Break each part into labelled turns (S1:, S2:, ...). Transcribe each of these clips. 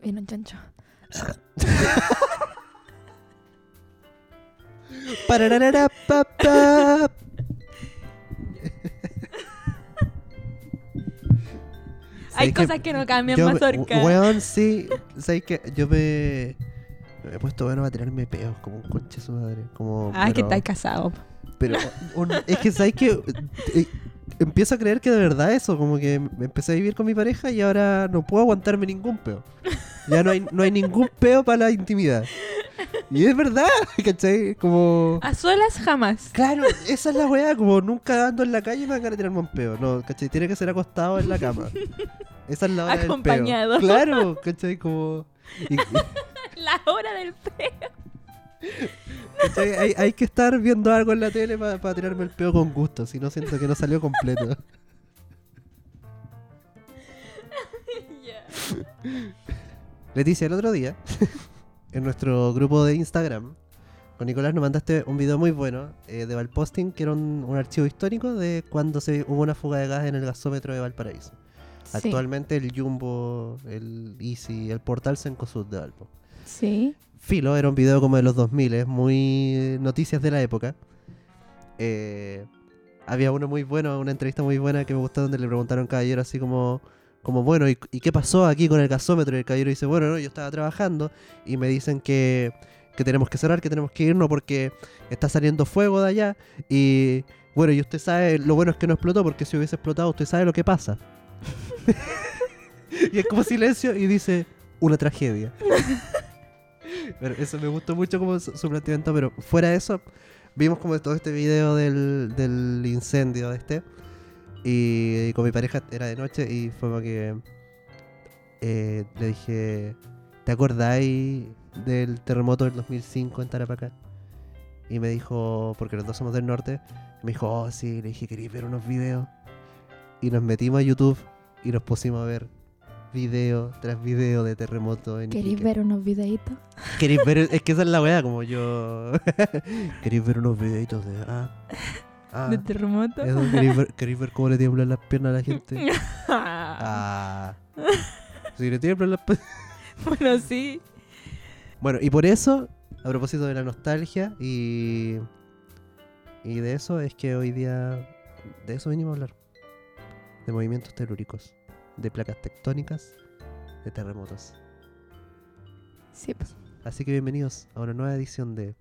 S1: Vino un chancho.
S2: Pararara, pa, pa.
S1: Hay
S2: ¿Sabes qué?
S1: cosas que no cambian,
S2: Yo me-
S1: mazorca.
S2: Weón, sí. ¿Sabes qué? Yo me. Me he puesto bueno a tirarme peos como un conche su madre. Como,
S1: Ah, que
S2: pero-
S1: estáis casado.
S2: Pero un- es que, ¿sabes qué? Eh, Empiezo a creer que de verdad eso, como que me empecé a vivir con mi pareja y ahora no puedo aguantarme ningún peo. Ya no hay, no hay ningún peo para la intimidad. Y es verdad, ¿cachai? Como...
S1: A solas jamás.
S2: Claro, esa es la weá, como nunca ando en la calle y me van a ganas de tirarme un peo. No, ¿cachai? Tiene que ser acostado en la cama. Esa es la hora
S1: Acompañado.
S2: del peo. Claro, ¿cachai? Como... y-
S1: La hora del pez.
S2: ¿cachai? Hay, hay que estar viendo algo en la tele para tirarme el peo con gusto, si no siento que no salió completo. Leticia, el otro día, en nuestro grupo de Instagram, con Nicolás nos mandaste un video muy bueno eh, de Valposting, que era un, un archivo histórico de cuando se hubo una fuga de gas en el gasómetro de Valparaíso.
S1: Sí.
S2: Actualmente el Jumbo, el Easy, el Portal Sencosud de Valpo.
S1: Sí.
S2: Filo, era un video como de los 2000, muy eh, noticias de la época. Eh, había uno muy bueno, una entrevista muy buena que me gustó donde le preguntaron a un caballero así como, como bueno, ¿y, y qué pasó aquí con el gasómetro? Y el caballero dice, bueno, no, yo estaba trabajando y me dicen que, que tenemos que cerrar, que tenemos que irnos porque está saliendo fuego de allá y... Bueno, y usted sabe, lo bueno es que no explotó, porque si hubiese explotado, usted sabe lo que pasa. y es como silencio y dice, una tragedia. Pero eso me gustó mucho como su, su planteamiento, pero fuera de eso, vimos como todo este video del, del incendio este. Y, con mi pareja era de noche y fue como que eh, le dije, ¿te acordáis del terremoto del 2005 en Tarapacá? Y me dijo, porque los dos somos del norte, me dijo, oh sí, le dije, ¿queréis ver unos videos? Y nos metimos a YouTube y nos pusimos a ver video tras video de terremoto en
S1: ¿Queréis
S2: Iquique.
S1: ver unos videitos?
S2: ¿Queréis ver? Es que esa es la weá, como yo. ¿Queréis ver unos videitos de.? Ah. Ah.
S1: De terremoto.
S2: Eso, ¿Queréis ver, queréis ver cómo le tiemblan las piernas a la gente? Ah. Si le tiemblan las piernas.
S1: Bueno, sí.
S2: Bueno, y por eso, a propósito de la nostalgia y. Y de eso es que hoy día. De eso venimos a hablar. De movimientos telúricos, de placas tectónicas, de terremotos.
S1: Sí. pues.
S2: Así que bienvenidos a una nueva edición de.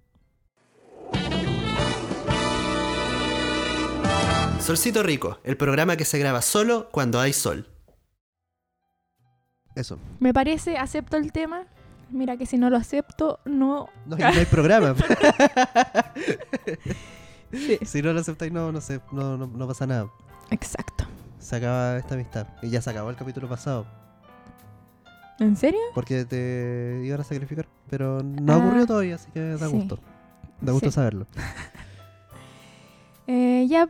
S2: Solcito Rico, el programa que se graba solo cuando hay sol. Eso.
S1: Me parece, acepto el tema. Mira que si no lo acepto, no.
S2: No, y no hay programa.
S1: Sí.
S2: si no lo aceptáis, no, no, sé, no, no, no pasa nada.
S1: Exacto.
S2: Se acaba esta amistad. Y ya se acabó el capítulo pasado.
S1: ¿En serio?
S2: Porque te iban a sacrificar. Pero no
S1: Ah,
S2: ha ocurrido todavía, así que da
S1: sí.
S2: gusto. Da gusto
S1: Sí.
S2: saberlo.
S1: Eh, ya,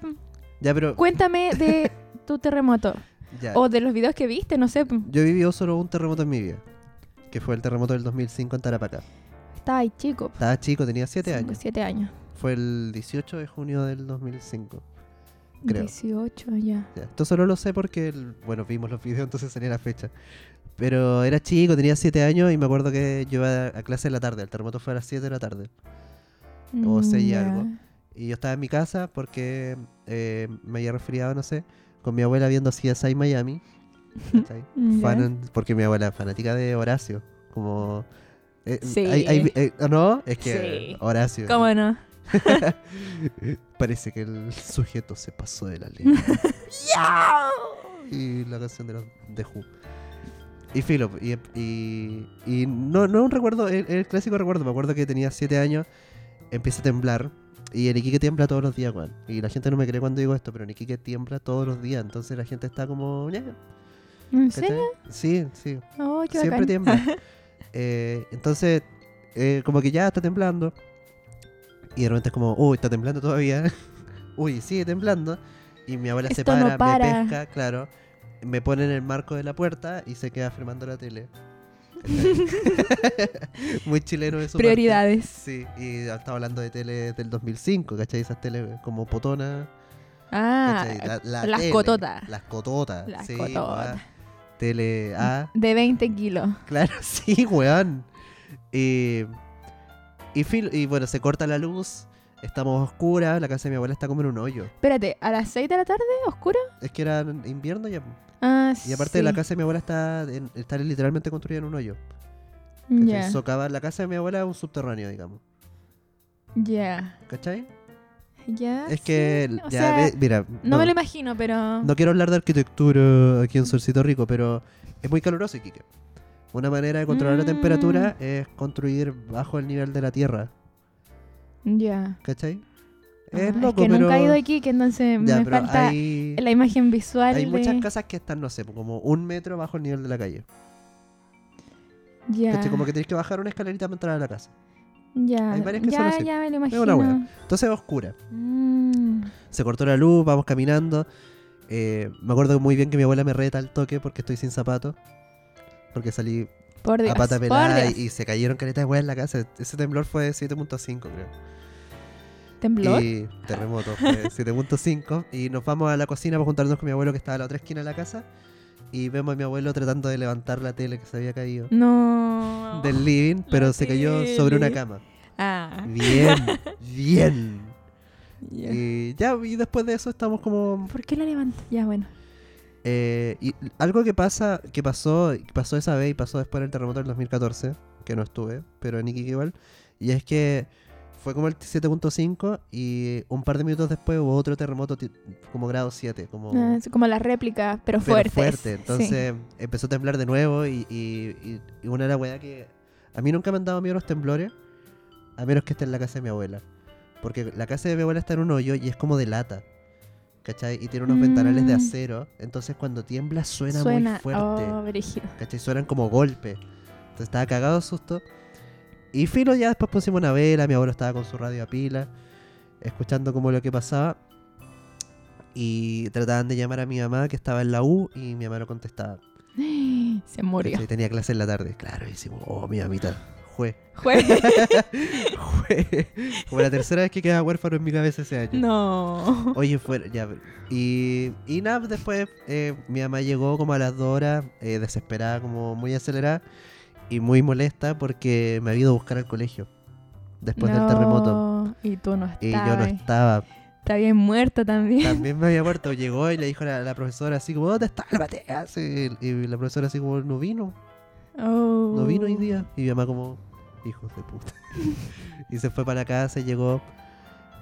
S2: Ya, pero.
S1: cuéntame de tu terremoto.
S2: ya.
S1: O de los videos que viste, no sé.
S2: Yo he vivido solo un terremoto en mi vida, que fue el terremoto del 2005 en Tarapacá.
S1: Estaba ahí chico.
S2: Estaba chico, tenía 7
S1: Cinco,
S2: años.
S1: Siete años.
S2: Fue el 18 de junio del 2005. Creo.
S1: 18 ya.
S2: Ya, Esto solo lo sé porque, el- bueno, vimos los videos, entonces salía la fecha. Pero era chico, tenía 7 años y me acuerdo que yo iba a clase en la tarde. El terremoto fue a las 7 de la tarde. O
S1: Mm,
S2: seis y
S1: ya.
S2: algo. Y yo estaba en mi casa porque eh, me había resfriado, no sé, con mi abuela viendo CSI Miami. ¿cachai?
S1: Ya.
S2: Fan- porque mi abuela es fanática de Horacio. Como. eh,
S1: Sí.
S2: hay- hay- eh, ¿No? Es que
S1: Sí.
S2: Horacio.
S1: ¿Cómo no?
S2: Parece que el sujeto se pasó de la ley. y la canción de los de Who. Y Philip, y, y, y no, no es un recuerdo, el, el clásico recuerdo, me acuerdo que tenía 7 años, empieza a temblar, y el Iquique tiembla todos los días, weón. Y la gente no me cree cuando digo esto, pero el Iquique tiembla todos los días, entonces la gente está como... "Ñe",
S1: ¿En
S2: ¿cachai?
S1: serio?
S2: Sí, sí.
S1: Oh, qué
S2: Siempre
S1: bacán.
S2: tiembla. Eh, entonces, eh, como que ya está temblando. Y de repente es como, uy, está temblando todavía. uy, sigue temblando. Y mi abuela se
S1: Esto no
S2: para,
S1: para.
S2: me pesca, claro. Me pone en el marco de la puerta y se queda firmando la tele. ¿Cachai? Muy chileno eso.
S1: Prioridades.
S2: Sí, y estaba hablando de tele del 2005, ¿cachai? Esas tele como potonas.
S1: Ah,
S2: ¿cachai? La- la
S1: las
S2: tele,
S1: cototas.
S2: Las cototas.
S1: Las
S2: sí,
S1: cototas.
S2: weá. tele A.
S1: De 20 kilos.
S2: Claro, sí, weón. Eh, y, fil- y bueno, se corta la luz, estamos a oscuras, la casa de mi abuela está como en un hoyo.
S1: Espérate, ¿a las 6 de la tarde? ¿Oscura?
S2: Es que era invierno ya.
S1: Ah,
S2: Y aparte
S1: sí.
S2: la casa de mi abuela está, en- está literalmente construida en un hoyo.
S1: Ya,
S2: ¿cachai? Socava- la casa de mi abuela es un subterráneo, digamos.
S1: ya.
S2: ¿Cachai?
S1: Ya.
S2: es
S1: Ah, sí.
S2: que,
S1: O
S2: ya,
S1: sea,
S2: ve- mira,
S1: No,
S2: no,
S1: me lo imagino, pero.
S2: no quiero hablar de arquitectura aquí en Solcito Rico, pero es muy caluroso, Iquique. Una manera de controlar la
S1: Mm.
S2: temperatura es construir bajo el nivel de la tierra,
S1: Ya.
S2: ¿cachai?
S1: Ah,
S2: Es loco,
S1: que
S2: pero...
S1: nunca he ido aquí, que entonces
S2: Ya,
S1: me
S2: pero
S1: falta
S2: hay,
S1: la imagen visual.
S2: hay
S1: de-
S2: muchas casas que están, no sé, como un metro bajo el nivel de la calle.
S1: Ya.
S2: ¿Cachai? Como que tenés que bajar una escalerita para entrar a la casa.
S1: Ya.
S2: hay varias que son
S1: ya,
S2: así.
S1: ya me lo
S2: Es
S1: imagino.
S2: una wea. Entonces es oscura.
S1: Mm,
S2: Se cortó la luz, vamos caminando. Eh, me acuerdo muy bien que mi abuela me reta al toque porque estoy sin zapatos. Porque salí
S1: por Dios.
S2: a pata
S1: por
S2: pelada
S1: Dios.
S2: y, y se cayeron caretas de hueá en la casa. Ese temblor fue de 7.5, creo.
S1: ¿Temblor?
S2: Y terremoto, fue de 7.5. Y nos vamos a la cocina para juntarnos con mi abuelo que estaba a la otra esquina de la casa. Y vemos a mi abuelo tratando de levantar la tele que se había caído
S1: No.
S2: del living, pero se cayó sobre una
S1: tele.
S2: cama.
S1: Ah.
S2: Bien, bien.
S1: ya.
S2: Y ya, y después de eso estamos como
S1: ¿Por qué la levanto? Ya, bueno.
S2: Eh, y algo que pasa, que pasó, que pasó esa vez y pasó después del terremoto del 2014, que no estuve, pero en Iquique igual, y es que fue como el 7.5 y un par de minutos después hubo otro terremoto ti- como grado 7, como
S1: Ah, es como las réplicas, pero,
S2: pero
S1: fuertes.
S2: fuerte.
S1: Sí.
S2: Entonces empezó a temblar de nuevo y, y- y- y una de las weas que a mí nunca me han dado miedo los temblores, a menos que esté en la casa de mi abuela. Porque la casa de mi abuela está en un hoyo y es como de lata. ¿Cachai? Y tiene unos
S1: Mm.
S2: ventanales de acero. Entonces cuando tiembla suena, muy fuerte.
S1: oh, brígido.
S2: ¿Cachai? Suenan como golpes. Entonces estaba cagado de susto. Y filo, ya después pusimos una vela, mi abuelo estaba con su radio a pila, escuchando como lo que pasaba. Y trataban de llamar a mi mamá que estaba en la U y mi mamá no contestaba.
S1: Se murió.
S2: ¿cachai? Tenía clase en la tarde. Claro, y decimos, oh, mi mamita, jue.
S1: Jue-
S2: jue. Como la tercera vez que quedaba huérfano en mi cabeza ese año.
S1: no.
S2: Oye, fue, ya. pero- Y, y nada, pues después eh, mi mamá llegó como a las 2 horas, eh, desesperada, como muy acelerada y muy molesta porque me había ido a buscar al colegio después del
S1: No,
S2: terremoto.
S1: Y tú no
S2: Y
S1: estabas.
S2: yo no estaba.
S1: Está bien muerto también.
S2: También me había muerto. Llegó y le dijo a la, la profesora así como, ¿dónde está el Mateas? Y, y la profesora así como, no vino,
S1: Oh.
S2: no vino hoy día. Y mi mamá como, hijos de puta. y se fue para la casa y llegó.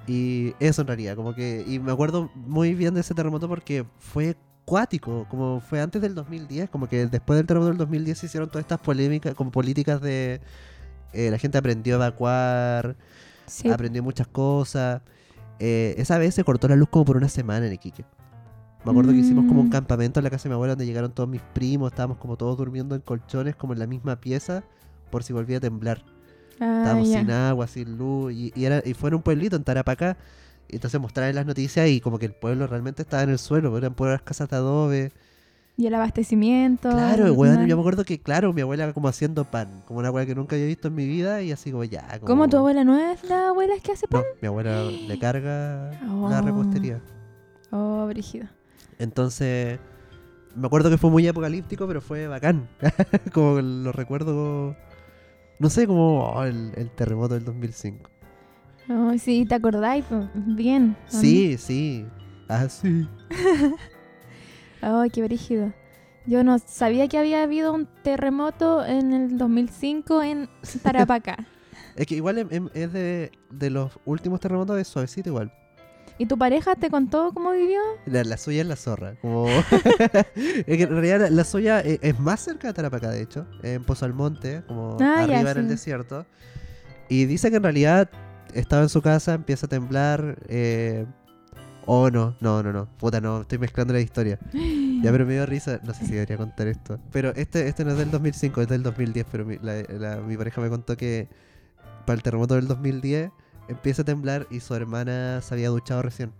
S2: Y eso en realidad, como que. Y me acuerdo muy bien de ese terremoto porque fue cuático, como fue antes del 2010, como que después del terremoto del 2010 se hicieron todas estas polémicas, como políticas de. eh, la gente aprendió a evacuar,
S1: Sí.
S2: aprendió muchas cosas. Eh, esa vez se cortó la luz como por una semana en Iquique. Me acuerdo que hicimos como un
S1: Mm.
S2: campamento en la casa de mi abuela donde llegaron todos mis primos, estábamos como todos durmiendo en colchones, como en la misma pieza, por si volvía a temblar.
S1: Ah,
S2: Estábamos
S1: ya.
S2: sin agua, sin luz. Y, y, era, y fue en un pueblito, en Tarapacá. Y Entonces mostraron las noticias y como que el pueblo realmente estaba en el suelo, eran puras casas de adobe.
S1: Y el abastecimiento.
S2: Claro, weón,
S1: no.
S2: yo me acuerdo que, claro, mi abuela como haciendo pan, como una abuela que nunca había visto en mi vida y así como ya. Como...
S1: ¿Cómo tu abuela no es la abuela que hace pan?
S2: No, mi abuela le carga la
S1: Oh.
S2: repostería.
S1: Oh, brígido.
S2: Entonces, me acuerdo que fue muy apocalíptico, pero fue bacán. como lo recuerdo, no sé, como oh, el, el terremoto del 2005.
S1: Oh, sí, ¿te acordáis? po? Bien. ¿o no?
S2: Sí, sí. Así.
S1: Ay, qué brígido. Yo no sabía que había habido un terremoto en el 2005 en Tarapacá.
S2: Es que igual em- em- es de, de los últimos terremotos de suavecito igual.
S1: ¿Y tu pareja te contó cómo vivió?
S2: La, la suya es la zorra. Como... es que en realidad la, la suya e- es, más cerca de Tarapacá, de hecho. En Pozo Almonte, como
S1: Ah, ya,
S2: arriba en el
S1: sí.
S2: desierto. Y dice que en realidad estaba en su casa, empieza a temblar. Eh... Oh, no, no, no, no. Puta, no, estoy mezclando la historia. Ya, pero me dio risa. No sé si debería contar esto. Pero este, este no es del 2005, es del 2010. Pero mi, la- la- mi pareja me contó que para el terremoto del 2010 empieza a temblar y su hermana se había duchado recién.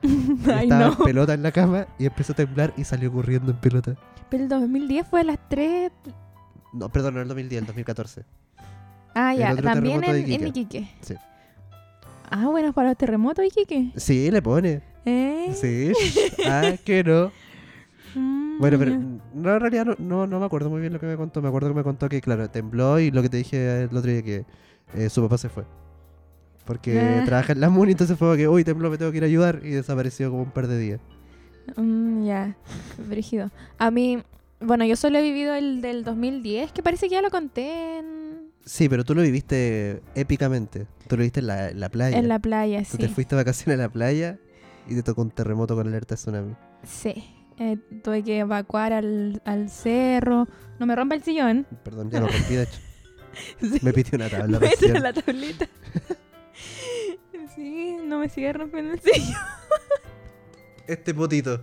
S2: Y
S1: Ay,
S2: estaba
S1: no.
S2: en pelota en la cama y empezó a temblar y salió corriendo en pelota.
S1: Pero el 2010 fue a las 3.
S2: No, perdón, no el 2010, el 2014.
S1: Ah,
S2: El
S1: ya,
S2: otro
S1: también
S2: terremoto de
S1: en, en
S2: Iquique.
S1: Iquique.
S2: Sí.
S1: Ah, bueno, para los terremotos, Iquique.
S2: Sí, le pone.
S1: ¿Eh?
S2: Sí. Ah, que no.
S1: Mm.
S2: Bueno, pero no, en realidad no, no, no me acuerdo muy bien lo que me contó. Me acuerdo que me contó que, claro, tembló y lo que te dije el otro día que eh, su papá se fue. Porque
S1: Ah.
S2: trabaja en la MUNI, entonces fue como que, uy, tembló, me tengo que ir a ayudar. Y desapareció como un par de días.
S1: Mm, ya, brígido. A mí, bueno, yo solo he vivido el del 2010, que parece que ya lo conté en,
S2: Sí, pero tú lo viviste épicamente. Tú lo viviste en la, en la playa.
S1: en la playa,
S2: Ah, Tú
S1: sí.
S2: te fuiste a vacaciones a la playa y te tocó un terremoto con alerta de tsunami.
S1: Sí. Eh, tuve que evacuar al, al cerro. No me rompa el sillón.
S2: Perdón, ya lo rompí, de hecho.
S1: Sí.
S2: Me pitió una tabla
S1: Mételo
S2: recién.
S1: en la tablita. sí, no me sigue rompiendo el sillón.
S2: Este potito.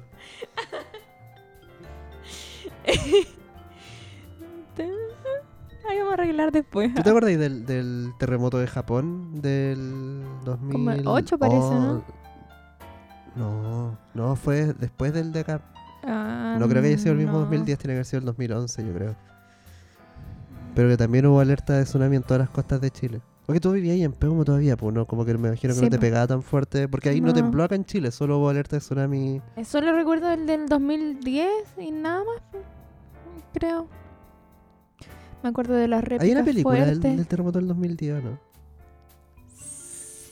S1: Ahí vamos a arreglar después.
S2: ¿Tú te acuerdas del, del terremoto de Japón del 2008?
S1: Como el ocho parece, ¿no?
S2: No, no, fue después del de acá.
S1: Ah,
S2: No creo que haya sido el mismo
S1: no.
S2: 2010, tiene que haber sido el 2011, yo creo. Pero que también hubo alerta de tsunami en todas las costas de Chile. Porque tú vivías ahí en Peumo todavía, pues no, como que me imagino que
S1: Sí,
S2: no te
S1: po.
S2: pegaba tan fuerte. Porque ahí no.
S1: No.
S2: tembló acá en Chile, solo hubo alerta de tsunami.
S1: Eh, Solo recuerdo el del 2010 y nada más. Creo. Me acuerdo de las réplicas
S2: Hay una película del,
S1: fuertes.
S2: del terremoto del 2010, ¿no?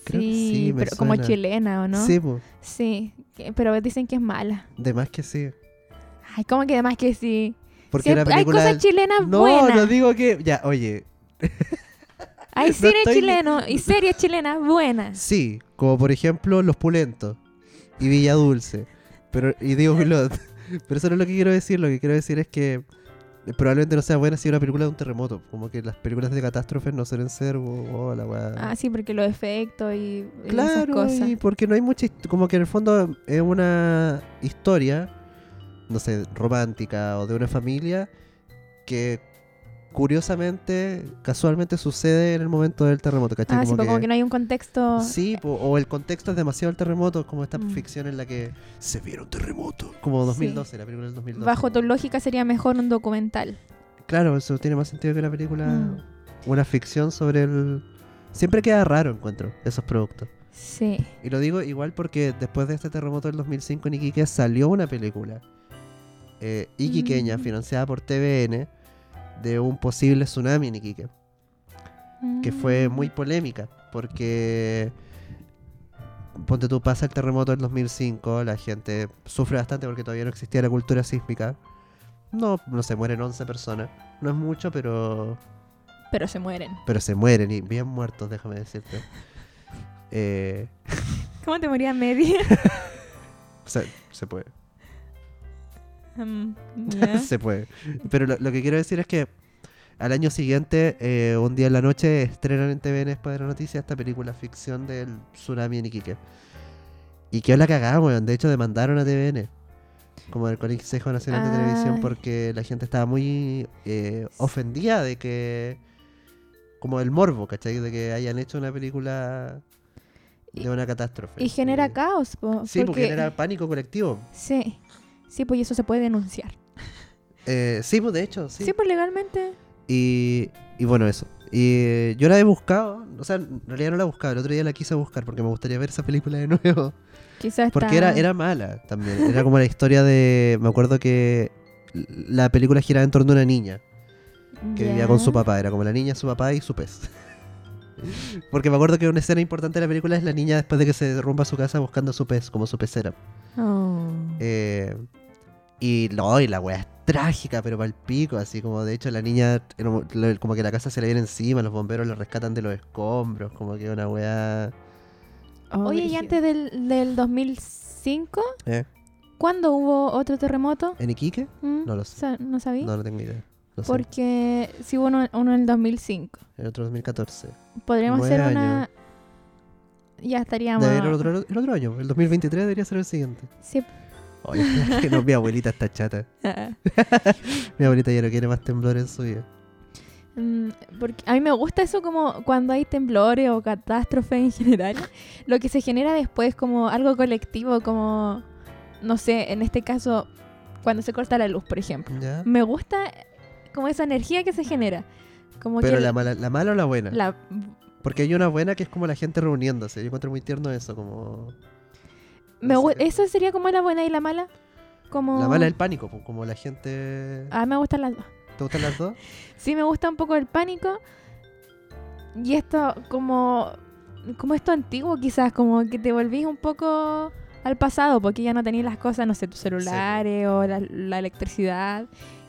S2: creo que
S1: sí,
S2: sí, me
S1: pero como
S2: suena.
S1: chilena, ¿o no?
S2: Sí, pues.
S1: Sí, que- pero dicen que es mala.
S2: De más que sí.
S1: Ay, ¿cómo que más que sí?
S2: Porque
S1: Siempre-
S2: era película
S1: hay
S2: del-
S1: cosas chilenas
S2: No,
S1: buenas.
S2: no digo que. Ya, oye,
S1: Hay
S2: no
S1: series
S2: estoy-
S1: chilenos y series chilenas buenas.
S2: sí, como por ejemplo Los Pulentos y Villa Dulce. Pero, y digo Lot. Pero eso no es lo que quiero decir. Lo que quiero decir es que probablemente no sea buena si es una película de un terremoto. Como que las películas de catástrofes no suelen ser. Oh, la weá.
S1: Ah, sí, porque los efectos y, y esas
S2: Claro,
S1: cosas.
S2: y este porque no hay mucha. hist- Como que en el fondo es una historia, no sé, romántica o de una familia que curiosamente, casualmente sucede en el momento del terremoto, ¿cachai?
S1: Ah, sí, pues como que no hay un contexto.
S2: Sí, po, o el contexto es demasiado el terremoto, como esta
S1: Mm.
S2: ficción en la que se vieron terremotos. Como 2012, la película del 2012.
S1: Bajo tu lógica sería mejor un documental.
S2: Claro, eso tiene más sentido que una película,
S1: Mm.
S2: una ficción sobre el... Siempre queda raro, encuentro, esos productos.
S1: Sí.
S2: Y lo digo igual porque después de este terremoto del 2005 en Iquique salió una película eh, iquiqueña,
S1: Mm.
S2: financiada por TVN, de un posible tsunami en Iquique, que fue
S1: Mm.
S2: muy polémica, porque... Ponte tú, pasa el terremoto del 2005, la gente sufre bastante porque todavía no existía la cultura sísmica. No, no se mueren 11 personas. No es mucho, pero
S1: Pero se mueren.
S2: pero se mueren y bien muertos, déjame decirte. Eh,
S1: ¿Cómo te moría media?
S2: se- se puede.
S1: Mm, ya.
S2: se puede. Pero lo, lo que quiero decir es que al año siguiente, eh, un día en la noche, estrenan en TVN Después de la Noticia esta película ficción del tsunami en Iquique. Y que la cagada, weón. De hecho, demandaron a TVN. Como el Consejo Nacional de Televisión,
S1: Ay.
S2: porque la gente estaba muy eh, ofendida de que. Como el morbo, ¿cachai? De que hayan hecho una película
S1: Y-
S2: de una catástrofe.
S1: Y genera
S2: Eh,
S1: caos. po,
S2: Sí, porque genera pánico colectivo.
S1: Sí. Sí, pues y eso se puede denunciar.
S2: Eh, sí, pues de hecho,
S1: Sí, pues legalmente.
S2: Y, y bueno, eso. Y eh, yo la he buscado, o sea, en realidad no la he buscado, el otro día la quise buscar porque me gustaría ver esa película de nuevo.
S1: Quizás
S2: Porque
S1: está-
S2: era, era mala también. Era como la historia de. Me acuerdo que la película giraba en torno a una niña que vivía
S1: Ya.
S2: con su papá. Era como la niña, su papá y su pez. Porque me acuerdo que una escena importante de la película es la niña después de que se derrumba su casa buscando a su pez, como su pecera.
S1: Oh.
S2: Eh, y no, y la wea es trágica, pero pal pico, así como de hecho la niña, en un- lo- como que la casa se le viene encima, los bomberos la rescatan de los escombros, como que una wea...
S1: Oye, y
S3: brígido.
S1: antes del, del 2005,
S2: ¿Eh?
S1: ¿cuándo hubo otro terremoto?
S2: ¿En Iquique?
S1: ¿Mm?
S2: No lo sé.
S1: Sa- ¿No sabía?
S2: No, no tengo idea. No sé.
S1: Porque sí hubo uno, uno en el 2005.
S2: El otro 2014.
S1: Podríamos
S2: Nueve
S1: hacer una... Ya estaríamos...
S2: Debería ser el, otro, el otro año, el 2023 debería ser el siguiente.
S1: Sí.
S2: Oye, que no, mi abuelita está chata. Mi abuelita ya no quiere más temblor en su vida.
S1: Mm, Porque a mí me gusta eso como cuando hay temblores o catástrofes en general. Lo que se genera después como algo colectivo, como... No sé, en este caso, cuando se corta la luz, por ejemplo.
S2: ¿Ya?
S1: Me gusta como esa energía que se genera. Como
S2: Pero
S1: que
S2: la mala, la mala o la buena.
S1: la
S2: Porque hay una buena que es como la gente reuniéndose. Yo encuentro muy tierno eso, como...
S1: Me
S2: No
S1: gu-
S2: sé.
S1: ¿Eso sería como la buena y la mala? como...
S2: La mala es el pánico, pues, como la gente...
S1: A mí me gustan las dos.
S2: ¿Te gustan las dos?
S1: Sí, me gusta un poco el pánico. Y esto, como, como esto antiguo, quizás, como que te volvís un poco al pasado, porque ya no tenéis las cosas, no sé, tus celulares o la, la electricidad.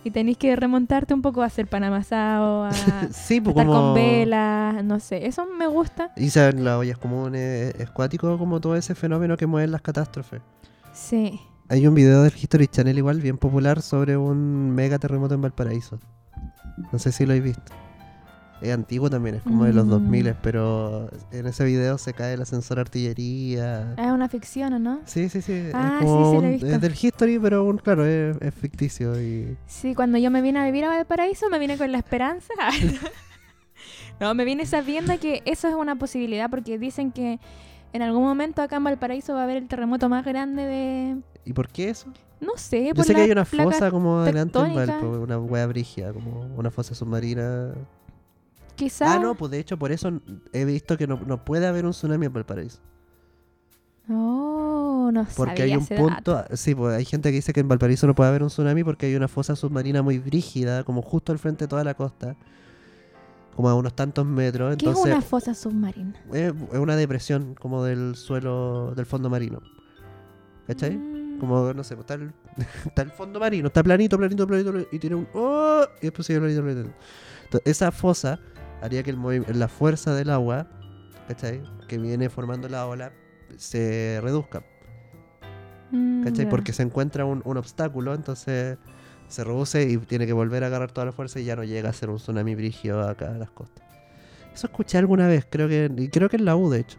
S1: Y tenéis que remontarte un poco a hacer panamasao, a estar
S2: sí, pues
S1: con
S2: como...
S1: velas, no sé. Eso me gusta.
S2: Y saber las ollas comunes, es cuático como todo ese fenómeno que mueven las catástrofes.
S1: Sí.
S2: Hay un video del History Channel igual, bien popular, sobre un mega terremoto en Valparaíso. No sé si lo habéis visto. Es antiguo también, es como de los
S1: Mm.
S2: 2000, pero en ese video se cae el ascensor artillería.
S1: Ah, Es una ficción, ¿o no?
S2: Sí, sí, sí. es
S1: Ah, sí,
S2: como
S1: sí, lo he
S2: un-
S1: visto.
S2: Es del History, pero un- claro, es, es ficticio. Y...
S1: Sí, cuando yo me vine a vivir a Valparaíso, me vine con la esperanza. no, me vine sabiendo que eso es una posibilidad, porque dicen que en algún momento acá en Valparaíso va a haber el terremoto más grande de...
S2: ¿Y por qué eso?
S1: No sé,
S2: Yo
S1: por
S2: sé que
S1: las
S2: hay una
S1: placas
S2: fosa como delante del
S1: tectónicas.
S2: Valpo, una hueá brígida, como una fosa submarina.
S1: Quizá.
S2: Ah, no, pues de hecho por eso he visto que no, no puede haber un tsunami en Valparaíso.
S1: No, Oh, no
S2: Porque
S1: sabía
S2: hay un
S1: ese
S2: punto,
S1: dato.
S2: sí, pues hay gente que dice que en Valparaíso no puede haber un tsunami porque hay una fosa submarina muy brígida, como justo al frente de toda la costa, como a unos tantos metros.
S1: ¿Qué es
S2: Entonces,
S1: una fosa submarina?
S2: es es una depresión como del suelo, del fondo marino. ¿Cachai?
S1: Mm,
S2: Como, no sé, pues, está el, está el fondo marino, está planito, planito, planito, planito, y tiene un... ¡Oh! Y después sigue planito, planito. Entonces, esa fosa haría que el movi- la fuerza del agua, ¿cachai? Que viene formando la ola, se reduzca.
S1: mm,
S2: ¿cachai?
S1: ya.
S2: Porque se encuentra un, un obstáculo, entonces se reduce y tiene que volver a agarrar toda la fuerza y ya no llega a ser un tsunami brigio acá a las costas. Eso escuché alguna vez, creo que y creo que en la U, de hecho.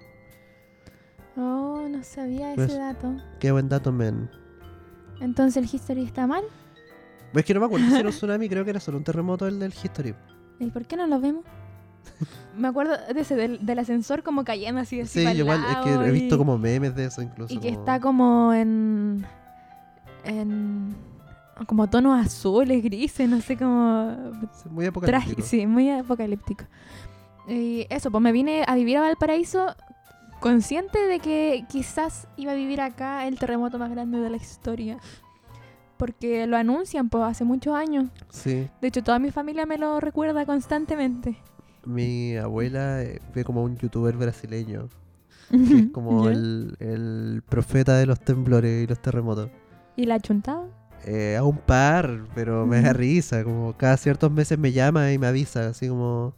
S1: Oh, no sabía ese
S2: ¿Ves?
S1: dato.
S2: Qué buen dato, men.
S1: Entonces el history está mal.
S2: Es que no me acuerdo si era un tsunami, creo que era solo un terremoto el del History.
S1: ¿Y por qué no lo vemos? Me acuerdo de ese, del, del ascensor como cayendo así de
S2: Sí, igual es que he visto como memes de eso incluso.
S1: Y que
S2: como-
S1: está como en. en. como tonos azules, grises, no sé cómo.
S2: Sí, muy
S1: Traje-
S2: apocalíptico.
S1: sí, muy apocalíptico. Y eso, pues me vine a vivir a Valparaíso consciente de que quizás iba a vivir acá el terremoto más grande de la historia. Porque lo anuncian, pues, hace muchos años.
S2: Sí.
S1: De hecho, toda mi familia me lo recuerda constantemente.
S2: Mi abuela eh, ve como un youtuber brasileño, que es como
S1: ¿Ya?
S2: el, el profeta de los temblores y los terremotos.
S1: ¿Y la chuntaba?
S2: Eh, a un par, pero me da
S1: Ujú.
S2: risa, como cada ciertos meses me llama y me avisa, así como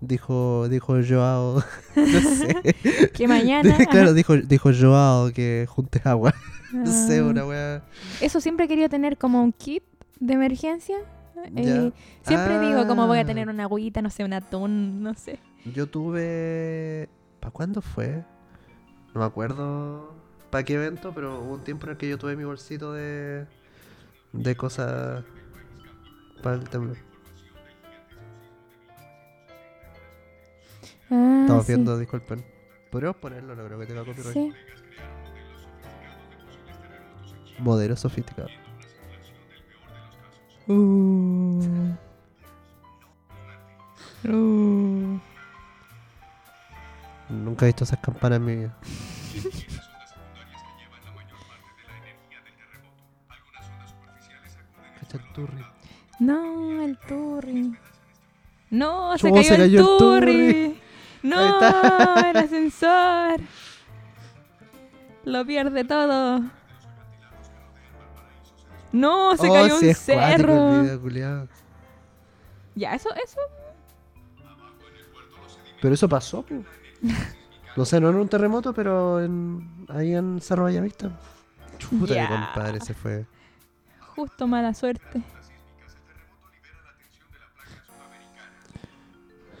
S2: dijo dijo Joao, no sé.
S1: Que mañana...
S2: claro, dijo dijo Joao que juntes agua, no sé,
S1: Ah.
S2: una wea.
S1: Eso siempre he querido tener como un kit de emergencia. Eh, siempre digo como voy a tener una agüita, no sé, un atún, no sé.
S2: Yo tuve ¿Para cuándo fue? No me acuerdo para qué evento, pero hubo un tiempo en el que yo tuve mi bolsito de de cosas para el temblor.
S1: Ah,
S2: Estamos
S1: sí.
S2: viendo, disculpen. Podríamos ponerlo, no creo que tenga copyright.
S1: Sí.
S2: Modelo sofisticado.
S1: Uh. Uh.
S2: Nunca he visto esas campanas en mi vida. Cacha el turri.
S1: No, el turri. No, se
S2: Chubo,
S1: cayó,
S2: se
S1: el
S2: cayó
S1: turri.
S2: el turri. Ahí
S1: No,
S2: está.
S1: el ascensor. Lo pierde todo. No, se
S2: Oh,
S1: cayó
S2: sí,
S1: un
S2: es cuático el
S1: cerro.
S2: video, culiao.
S1: Ya, eso, eso.
S2: Pero eso pasó, po. No sé, no en un terremoto, pero en, ahí en Cerro Vallavista. Chuta,
S1: Ya.
S2: mi compadre se fue.
S1: Justo mala suerte.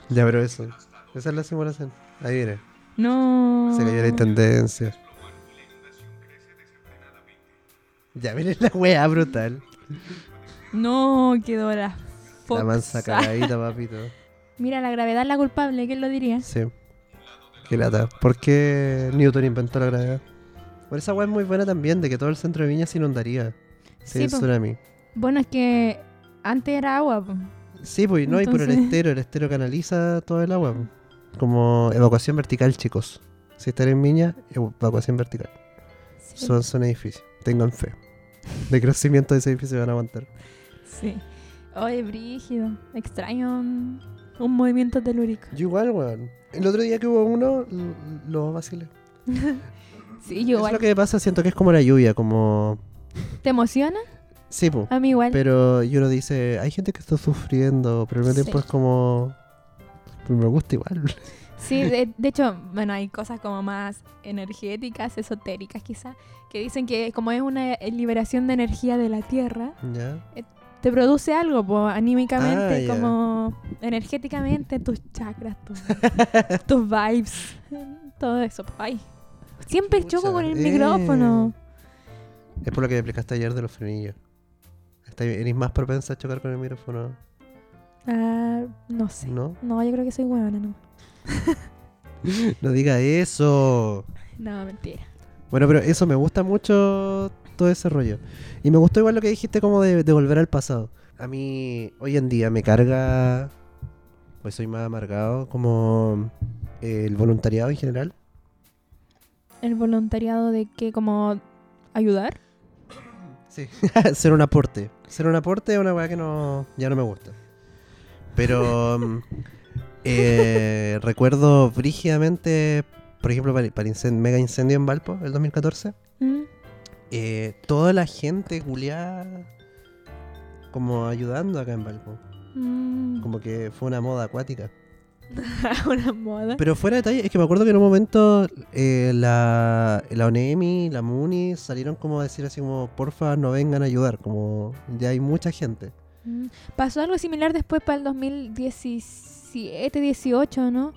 S2: Ya, pero eso. Esa es la simulación. Ahí viene.
S1: No.
S2: Se cayó la intendencia. Ya, miren la weá brutal.
S1: No, quedó la
S2: La mansa
S1: foxa.
S2: cagadita, papito.
S1: Mira, la gravedad es la culpable, ¿quién lo diría?
S2: Sí. Qué lata. ¿Por qué Newton inventó la gravedad? Por esa weá es muy buena también, de que todo el centro de Viña se inundaría.
S1: Sí,
S2: Sin el
S1: po.
S2: tsunami.
S1: Bueno, es que antes era agua. po.
S2: Sí, pues no, y por el
S1: Entonces-
S2: estero, el estero canaliza todo el agua. po. Como evacuación vertical, chicos. Si están en Viña, evacuación vertical.
S1: Sí.
S2: Son, son edificios. Tengan fe. de crecimiento de ese edificio van a aguantar.
S1: Sí. Oye, brígido. Extraño un, un movimiento telúrico.
S2: Yo igual, weón. El otro día que hubo uno, l- lo vacilé.
S1: Sí, yo
S2: Es
S1: igual.
S2: lo que pasa, siento que es como la lluvia, como...
S1: ¿Te emociona?
S2: Sí, po.
S1: A mí igual.
S2: Pero y uno dice, hay gente que está sufriendo, pero al mismo
S1: Sí.
S2: tiempo es como... "Pero Me gusta igual.
S1: Sí, de, de hecho, bueno, hay cosas como más energéticas, esotéricas quizá, que dicen que como es una eh, liberación de energía de la Tierra,
S2: ¿Ya?
S1: te produce algo, po, anímicamente,
S2: Ah, ya.
S1: como energéticamente, tus chakras, tus, tus vibes, todo eso. po. Ay, siempre
S2: Chucha,
S1: choco con el
S2: eh.
S1: micrófono.
S2: Es por lo que me explicaste ayer de los frenillos. Está- Eres más propensa a chocar con el micrófono,
S1: Ah, no sé.
S2: ¿no?
S1: No, yo creo que soy huevona, no.
S2: No diga eso.
S1: No, mentira.
S2: Bueno, pero eso me gusta mucho todo ese rollo. Y me gustó igual lo que dijiste como de, de volver al pasado. A mí hoy en día me carga, pues soy más amargado, como eh, el voluntariado en general.
S1: ¿El voluntariado de qué? ¿Como ayudar?
S2: Sí. ser un aporte. Ser un aporte es una weá que no, ya no me gusta. Pero mm, eh, recuerdo brígidamente, por ejemplo, para, el- para el incen- mega incendio en Valpo, el 2014.
S1: ¿Mm?
S2: eh, toda la gente culiada como ayudando acá en Valpo.
S1: Mm.
S2: Como que fue una moda acuática.
S1: una moda.
S2: Pero fuera de detalle, es que me acuerdo que en un momento eh, la, la ONEMI, la MUNI salieron como a decir así como, porfa, no vengan a ayudar, como ya hay mucha gente.
S1: Mm. Pasó algo similar después para el 2017, 18, ¿no?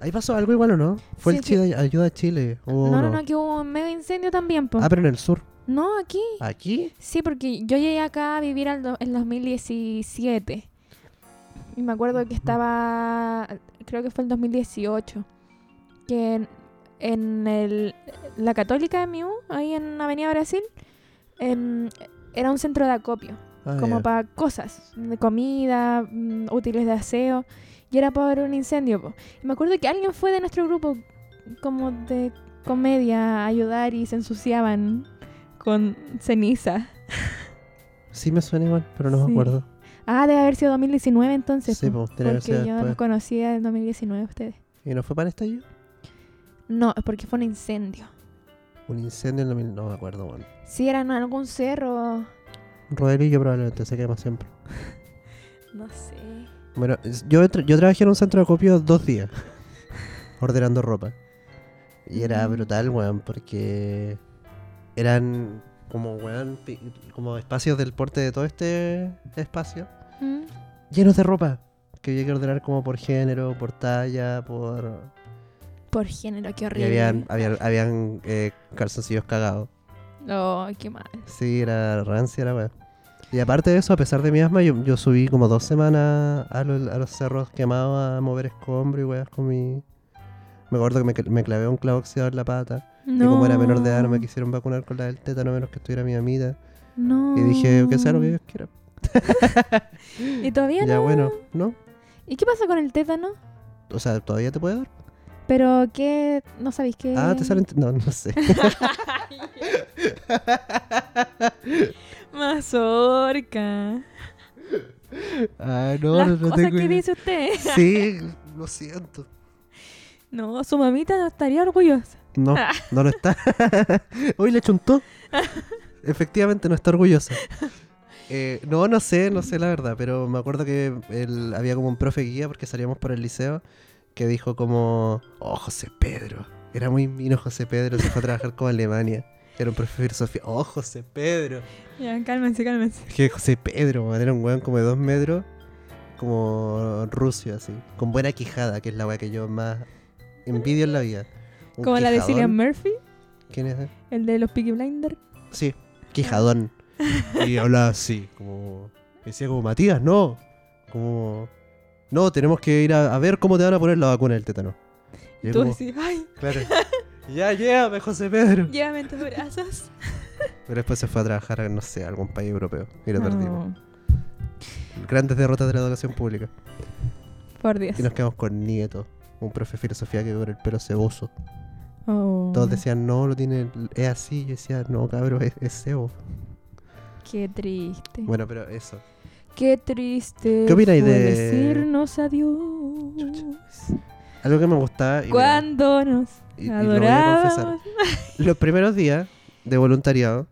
S2: Ahí pasó algo igual o no? Fue
S1: Sí,
S2: el
S1: es que-
S2: Chile, ayuda a Chile. o
S1: no, no, no, aquí hubo un mega incendio también, po.
S2: Ah, pero en el sur.
S1: No, aquí.
S2: ¿Aquí?
S1: Sí, porque yo llegué acá a vivir al do- el 2017. Y me acuerdo que estaba, creo que fue el 2018, que en, en el, la Católica de Miú, ahí en Avenida Brasil, em, era un centro de acopio.
S2: Ah,
S1: como
S2: ya.
S1: para cosas, de comida, mm, útiles de aseo, y era para ver un incendio. po. Y me acuerdo que alguien fue de nuestro grupo como de comedia a ayudar y se ensuciaban con ceniza.
S2: Sí me suena igual, pero no
S1: Sí.
S2: me acuerdo.
S1: Ah, debe haber sido 2019 entonces.
S2: Sí,
S1: po,
S2: po, tenía que
S1: porque
S2: ser
S1: yo
S2: después.
S1: los conocía en 2019 a ustedes.
S2: ¿Y no fue para este año?
S1: No, es porque fue un incendio.
S2: Un incendio en 2000, no me acuerdo, bueno.
S1: Sí, era en algún cerro,
S2: Rodelillo probablemente, se quema siempre.
S1: no sé.
S2: Bueno, es- yo, tra- yo trabajé en un centro de acopio dos días, ordenando ropa. Y era
S1: Mm.
S2: brutal, weón, porque eran como, weón, pi- como espacios del porte de todo este espacio,
S1: Mm,
S2: llenos de ropa, que había que ordenar como por género, por talla, por...
S1: Por género, qué
S2: Y
S1: horrible.
S2: habían, habían, habían eh, calzoncillos cagados.
S1: Oh, qué mal.
S2: Sí, era rancia la weá. Y aparte de eso, a pesar de mi asma, yo, yo subí como dos semanas a, lo- a los cerros quemados a mover escombros y weas con mi... Me acuerdo que me, cl- me clavé un clavo oxidado en la pata. Y como era menor de edad, no me quisieron vacunar con la del tétano, a menos que estuviera mi amita.
S1: No.
S2: Y dije, que sea lo que Dios quiera.
S1: Y todavía
S2: Ya
S1: no.
S2: bueno, ¿no?
S1: ¿Y qué pasa con el tétano?
S2: O sea, ¿todavía te puede dar?
S1: Pero que no sabéis qué.
S2: Ah, te salen... t- No, no sé.
S1: Mazorca.
S2: ah, no,
S1: Las
S2: no, no
S1: cosas
S2: tengo
S1: que
S2: idea.
S1: dice usted.
S2: Sí, lo siento.
S1: No, su mamita no estaría orgullosa.
S2: No, no lo está. Hoy le chuntó. Efectivamente, no está orgullosa. Eh, no, no sé, no sé la verdad, pero me acuerdo que el- había como un profe guía, porque salíamos por el liceo, que dijo como, oh, José Pedro. Era muy mino José Pedro, se fue a trabajar con Alemania. Era un profe de filosofía. Oh, José Pedro.
S1: Ya, cálmense, cálmense.
S2: Es que José Pedro, man, era un weón como de dos metros, como rucio, así. Con buena quijada, que es la weá que yo más envidio en la vida. Un
S1: Como la de
S2: quijadón.
S1: Cillian Murphy,
S2: ¿Quién es? eh?
S1: el de los Peaky Blinders.
S2: Sí, quijadón. y hablaba así, como. Decía como, Matías, no. Como. No, tenemos que ir a, a ver cómo te van a poner la vacuna del tétano.
S1: Y
S2: Y yo
S1: tú
S2: como,
S1: decís, ay,
S2: claro. ya llévame, José Pedro.
S1: llévame en tus brazos.
S2: Pero después se fue a trabajar a, no sé, a algún país europeo. Y lo perdimos.
S1: No,
S2: Grandes derrotas de la educación pública.
S1: por Dios.
S2: Y nos quedamos con Nieto, un profe de filosofía que con el pelo ceboso.
S1: Oh.
S2: Todos decían, no, lo tiene, es así. Yo decía, no, cabrón, es, es cebo.
S1: Qué triste.
S2: Bueno, pero eso.
S1: Qué triste.
S2: ¿Qué opináis
S1: fue
S2: de-
S1: decirnos adiós?
S2: Algo que me gustaba. y mira,
S1: Cuando nos
S2: y- y lo voy a confesar.
S1: adorábamos.
S2: Los primeros días de voluntariado,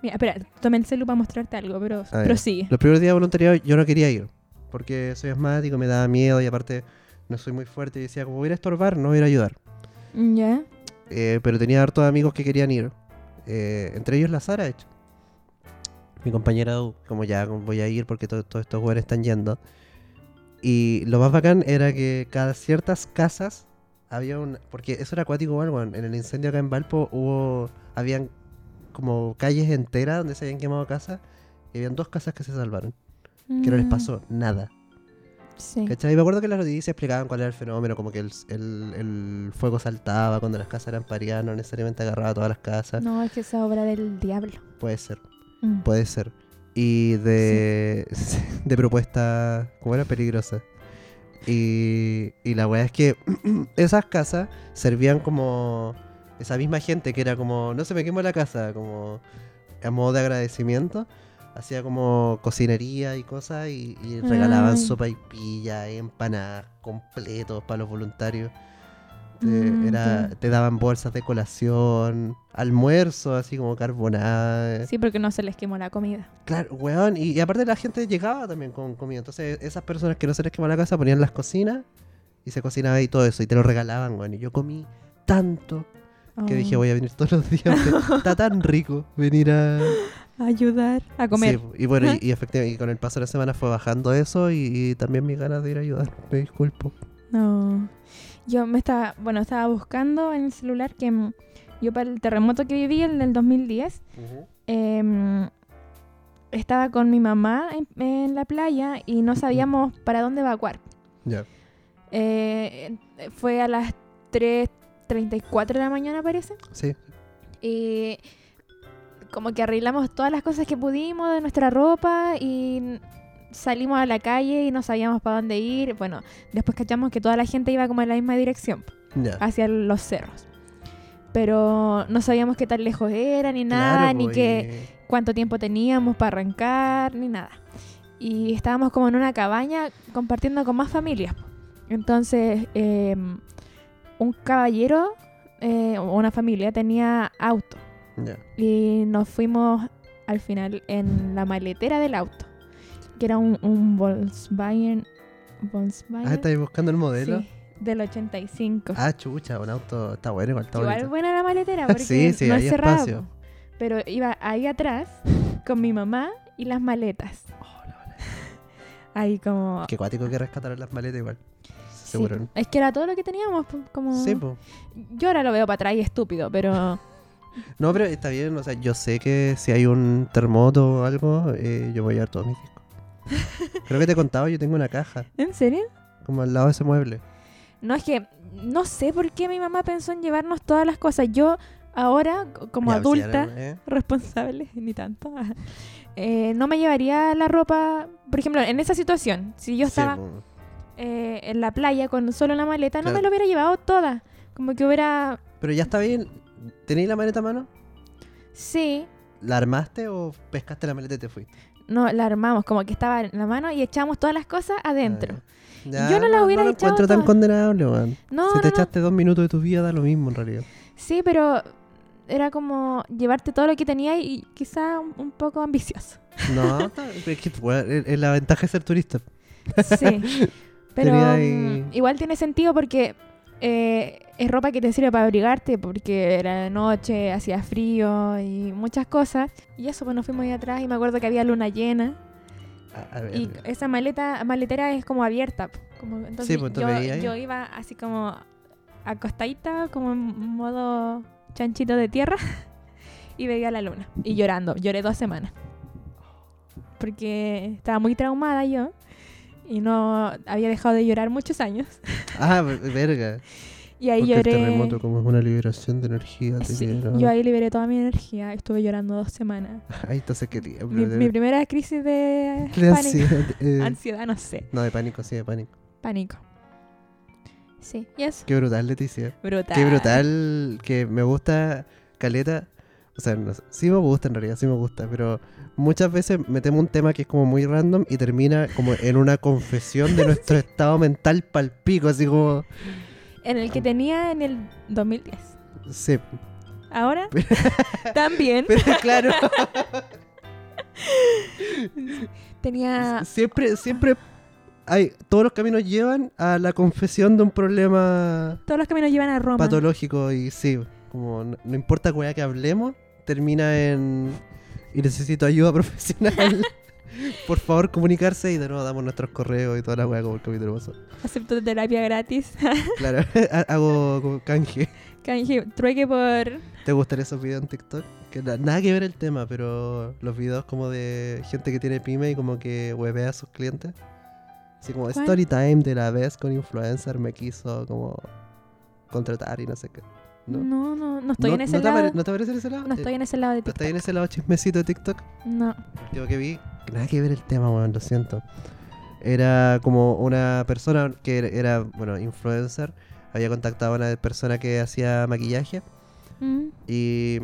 S1: Mira, espera, tomé el celu para mostrarte algo, pero
S2: ya.
S1: prosigue.
S2: los primeros días de voluntariado yo no quería ir. Porque soy asmático, me daba miedo y aparte no soy muy fuerte. Y decía, como voy a ir a estorbar, no voy a ir a ayudar.
S1: ¿Ya?
S2: Eh, pero tenía hartos amigos que querían ir. Eh, entre ellos la Sara, de hecho. Mi compañera, de U, como ya como voy a ir porque to- todos estos jugadores están yendo. Y lo más bacán era que cada ciertas casas había un. Porque eso era acuático, igual, weón. En el incendio acá en Valpo hubo. Habían como calles enteras donde se habían quemado casas. Y habían dos casas que se salvaron. Que no les
S1: Mm,
S2: pasó nada.
S1: Sí.
S2: ¿Cachai? Me acuerdo que en las noticias explicaban cuál era el fenómeno, como que el, el- el fuego saltaba cuando las casas eran pareadas, no necesariamente agarraba todas las casas.
S1: No, es que esa obra del diablo.
S2: Puede ser,
S1: Mm.
S2: puede ser. Y de, de propuesta, como era? Peligrosa. Y, y la weá es que esas casas servían como esa misma gente que era como, no se me quemó la casa, como a modo de agradecimiento. Hacía como cocinería y cosas y, y regalaban
S1: Ay.
S2: sopa y pilla, empanadas, completos para los voluntarios. Te,
S1: Mm,
S2: era,
S1: ya.
S2: te daban bolsas de colación, almuerzo, así como carbonada.
S1: Sí, porque no se les quemó la comida.
S2: Claro, weón. Y, y aparte la gente llegaba también con comida. Entonces esas personas que no se les quemaba la casa ponían las cocinas y se cocinaba y todo eso. Y te lo regalaban, weón. Y yo comí tanto que dije
S1: Oh.
S2: voy a venir todos los días. porque Está tan rico venir a...
S1: ayudar a comer.
S2: Sí, y bueno, y, y efectivamente y con el paso de la semana fue bajando eso y, y también mis ganas de ir a ayudar. Me disculpo.
S1: No. Yo me estaba, bueno, estaba buscando en el celular que mm, yo para el terremoto que viví, el del 2010, em, estaba con mi mamá en, en la playa y no sabíamos para dónde evacuar.
S2: Ya.
S1: Eh, eh, fue a las 3.34 de la mañana, parece.
S2: Sí.
S1: Y como que arreglamos todas las cosas que pudimos de nuestra ropa y salimos a la calle y no sabíamos para dónde ir. Bueno, después cachamos que toda la gente iba como en la misma dirección,
S2: Ya.
S1: hacia los cerros. Pero no sabíamos qué tan lejos era, ni nada,
S2: Claro, pues,
S1: ni
S2: po,
S1: qué, cuánto tiempo teníamos para arrancar, ni nada. Y estábamos como en una cabaña compartiendo con más familias. Entonces, eh, un caballero eh, o una familia tenía auto
S2: y- ya.
S1: y nos fuimos al final en la maletera del auto, que era un, un Volkswagen. Volkswagen
S2: Ah, estáis buscando el modelo.
S1: Sí, del 85.
S2: Ah, chucha, un auto está bueno igual, está
S1: Igual
S2: bonito.
S1: buena la maletera porque
S2: Sí, sí,
S1: no
S2: hay
S1: es cerrada.
S2: espacio.
S1: po. Pero iba ahí atrás con mi mamá y las maletas. Ahí como...
S2: Qué cuático que rescataron las maletas igual.
S1: sí,
S2: Seguro. ¿no?
S1: es que era todo lo que teníamos. po, Como...
S2: Sí, po.
S1: Yo ahora lo veo para atrás y estúpido, pero...
S2: No, pero está bien, o sea, yo sé que si hay un terremoto o algo, eh, yo voy a llevar todos mis discos. Creo que te he contado, yo tengo una caja,
S1: ¿En serio?
S2: como al lado de ese mueble.
S1: No, es que no sé por qué mi mamá pensó en llevarnos todas las cosas. Yo ahora, c- como
S2: Ya, pues, si
S1: adulta,
S2: era, ¿eh?
S1: responsable, ni tanto, eh, no me llevaría la ropa. Por ejemplo, en esa situación, si yo
S2: Sí,
S1: estaba
S2: po.
S1: eh, en la playa con solo la maleta, no
S2: Claro.
S1: me lo hubiera llevado toda. Como que hubiera...
S2: Pero ya está bien. ¿Tenéis la maleta a mano?
S1: Sí,
S2: ¿La armaste o pescaste la maleta y te fuiste?
S1: no, la armamos, como que estaba en la mano y echamos todas las cosas adentro.
S2: Ah, Ya,
S1: Yo no la hubiera
S2: no lo
S1: echado
S2: encuentro tan
S1: toda.
S2: condenable, weón.
S1: No,
S2: si te
S1: no, no.
S2: echaste dos minutos de tu vida, da lo mismo en realidad.
S1: Sí, pero era como llevarte todo lo que tenía y quizá un- un poco ambicioso.
S2: No, está- es que, weón, es- es la ventaja de ser turista.
S1: Sí. Pero
S2: Tenía
S1: mm,
S2: ahí-
S1: igual tiene sentido porque eh, es ropa que te sirve para abrigarte porque era de noche, hacía frío y muchas cosas. Y eso, pues nos fuimos ahí atrás y me acuerdo que había luna llena
S2: A, a ver,
S1: y esa maleta maletera es como abierta. po, Como, entonces
S2: pues, tú
S1: yo,
S2: veías ahí.
S1: yo iba así como acostadita, como en modo chanchito de tierra y veía la luna y llorando. Lloré dos semanas porque estaba muy traumada yo y no había dejado de llorar muchos años.
S2: Ah, verga.
S1: Y ahí
S2: Porque
S1: lloré.
S2: el terremoto como es una liberación de energía, te
S1: Sí,
S2: libera.
S1: yo ahí liberé toda mi energía. Estuve llorando dos semanas.
S2: Ay, entonces qué tiempo.
S1: Mi,
S2: de-
S1: mi primera crisis de
S2: de
S1: pánico.
S2: ansiedad, eh,
S1: Ansiedad, no sé.
S2: no, de pánico, sí, de pánico.
S1: Pánico. Sí, y eso.
S2: Qué brutal, Leticia.
S1: Brutal.
S2: Qué brutal, que me gusta, Caleta. O sea, no sé, sí me gusta en realidad, sí me gusta, pero muchas veces metemos un tema que es como muy random y termina como en una confesión de nuestro estado mental palpico, así como...
S1: En el que tenía en el 2010.
S2: Sí,
S1: Ahora también
S2: pero claro,
S1: tenía
S2: siempre, siempre hay... Todos los caminos llevan a la confesión de un problema
S1: todos los caminos llevan a Roma.
S2: patológico y sí, como no, no importa cuál que hablemos, termina en... Y necesito ayuda profesional. Por favor, comunicarse y de nuevo damos nuestros correos y toda la weá como el capítulo pasado.
S1: Acepto terapia gratis.
S2: Claro, ha- hago como canje.
S1: Canje, trueque por
S2: ¿Te gustan esos videos en TikTok? Que na- nada que ver el tema, pero los videos como de gente que tiene pyme y como que huevea a sus clientes. Así como
S1: ¿Cuál?
S2: story time de la vez con influencer me quiso como contratar y no sé qué.
S1: No,
S2: No,
S1: no, no, estoy
S2: ¿No-
S1: en ese
S2: no te
S1: lado.
S2: apare- ¿No te aparece en ese lado?
S1: No estoy en ese lado de
S2: ¿No
S1: TikTok.
S2: estás en ese lado chismecito de TikTok?
S1: No.
S2: Yo que vi, nada que ver el tema, weón, lo siento. Era como una persona que era- era, bueno, influencer. Había contactado a una persona que hacía maquillaje
S1: Mm.
S2: y,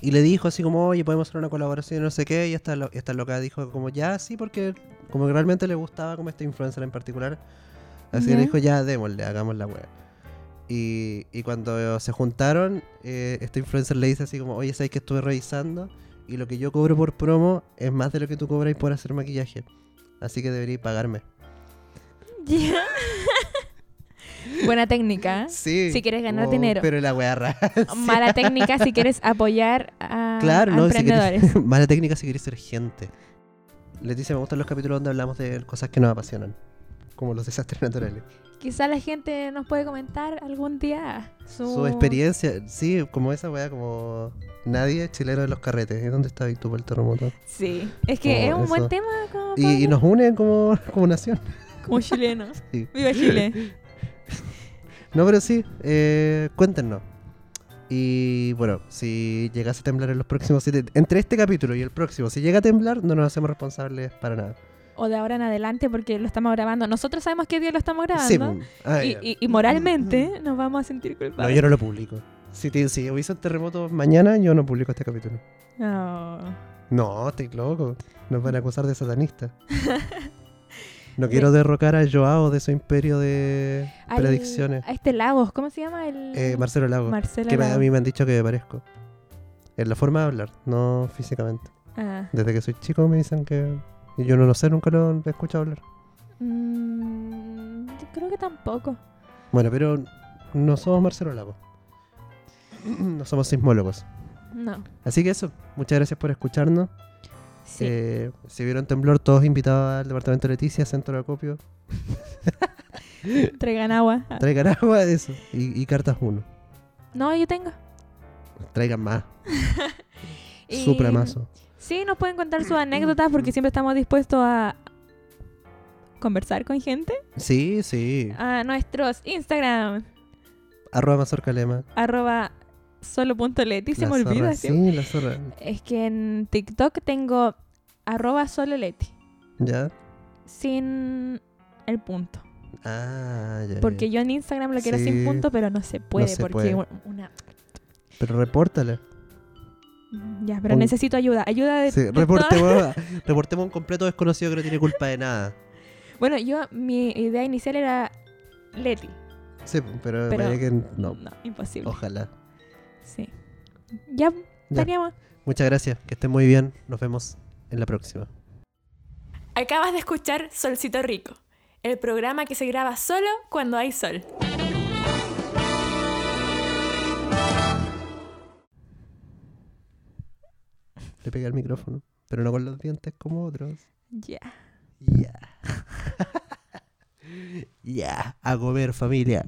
S2: y le dijo así como, oye, podemos hacer una colaboración, no sé qué. Y esta, lo- esta loca dijo como, ya, sí, porque como que realmente le gustaba como este influencer en particular. Así que
S1: Ya.
S2: le dijo, ya, démosle, hagamos la web. Y, y cuando se juntaron, eh, este influencer le dice así como, oye, ¿sabes que estuve revisando? Y lo que yo cobro por promo es más de lo que tú cobras por hacer maquillaje. Así que deberías pagarme.
S1: Ya. Buena técnica.
S2: Sí.
S1: Ah, Si quieres ganar
S2: como-
S1: dinero.
S2: Oh, Pero la wea rara.
S1: Mala técnica si quieres apoyar a,
S2: Claro,
S1: a
S2: no, si
S1: emprendedores.
S2: querés, mala técnica si querés ser gente. Leticia, me gustan los capítulos donde hablamos de cosas que nos apasionan, como los desastres naturales.
S1: Quizá la gente nos puede comentar algún día su,
S2: Su experiencia, sí, como esa weá, como nadie es chileno de los carretes. ¿Y dónde está Víctor por el terremoto?
S1: Sí, es que
S2: Oh,
S1: es un buen
S2: eso.
S1: tema como, para-
S2: Y, y nos une como, como nación.
S1: como chilenos.
S2: Sí.
S1: Viva Chile.
S2: No, pero sí, eh, cuéntenos. Y bueno, si llegase a temblar en los próximos siete, entre este capítulo y el próximo, si llega a temblar, no nos hacemos responsables para nada.
S1: O de ahora en adelante porque lo estamos grabando. Nosotros sabemos qué día lo estamos
S2: Sí, mm,
S1: grabando.
S2: ah,
S1: y,
S2: ya.
S1: y- y moralmente nos vamos a sentir
S2: No,
S1: culpables.
S2: yo no lo publico. Si, te, si hubiese un terremoto mañana, yo no publico este capítulo.
S1: No.
S2: No, estoy loco. Nos van a acusar de satanista. No quiero derrocar a Joao de su imperio de
S1: Al-
S2: predicciones.
S1: A este Lagos, ¿cómo se llama? El...
S2: Eh, Marcelo Lago.
S1: Marcelo
S2: que me- a
S1: Lagos.
S2: mí me han dicho que me parezco. En la forma de hablar, no físicamente.
S1: Ah.
S2: Desde que soy chico me dicen que... Y yo no lo sé, nunca lo he escuchado hablar.
S1: Mm, yo creo que tampoco.
S2: Bueno, pero no somos Marcelo Lago. No somos sismólogos.
S1: No.
S2: Así que eso, muchas gracias por escucharnos.
S1: Sí.
S2: Eh, si vieron temblor, todos invitados al departamento de Leticia, centro de acopio. Eh.
S1: Traigan agua. Ah.
S2: Traigan agua, eso. Y, y cartas uno.
S1: No, yo tengo.
S2: Traigan más.
S1: Y-
S2: Supramazo.
S1: Sí, nos pueden contar sus anécdotas porque siempre estamos dispuestos a conversar con gente.
S2: Sí, sí.
S1: A nuestros Instagram,
S2: Arroba mazorca lema.
S1: arroba solo.leti. Se
S2: La
S1: me olvida.
S2: zorra,
S1: siempre.
S2: Sí, la zorra.
S1: Es que en TikTok tengo arroba sololeti.
S2: ¿Ya?
S1: Sin el punto.
S2: Ah, ya. ya.
S1: Porque yo en Instagram lo quiero sin
S2: Sí.
S1: punto, pero no se puede.
S2: se
S1: porque
S2: puede.
S1: un- una
S2: Pero repórtale.
S1: mm, Ya, pero
S2: Un-
S1: necesito ayuda. Ayuda de.
S2: Sí,
S1: Eh, de todo.
S2: reportemos, reportemos un completo desconocido que no tiene culpa de nada.
S1: Bueno, yo, mi idea inicial era Leti.
S2: Sí, pero,
S1: Pero-
S2: parece que no. Oh.
S1: imposible.
S2: Ojalá.
S1: Sí. Ya estaríamos.
S2: Muchas gracias. Que estén muy bien. Nos vemos en la próxima.
S3: Acabas de escuchar Solcito Rico, el programa que se graba solo cuando hay sol.
S2: Le pegué al micrófono. Pero no con los dientes como otros.
S1: Ya.
S2: Ya. Ya, a comer familia.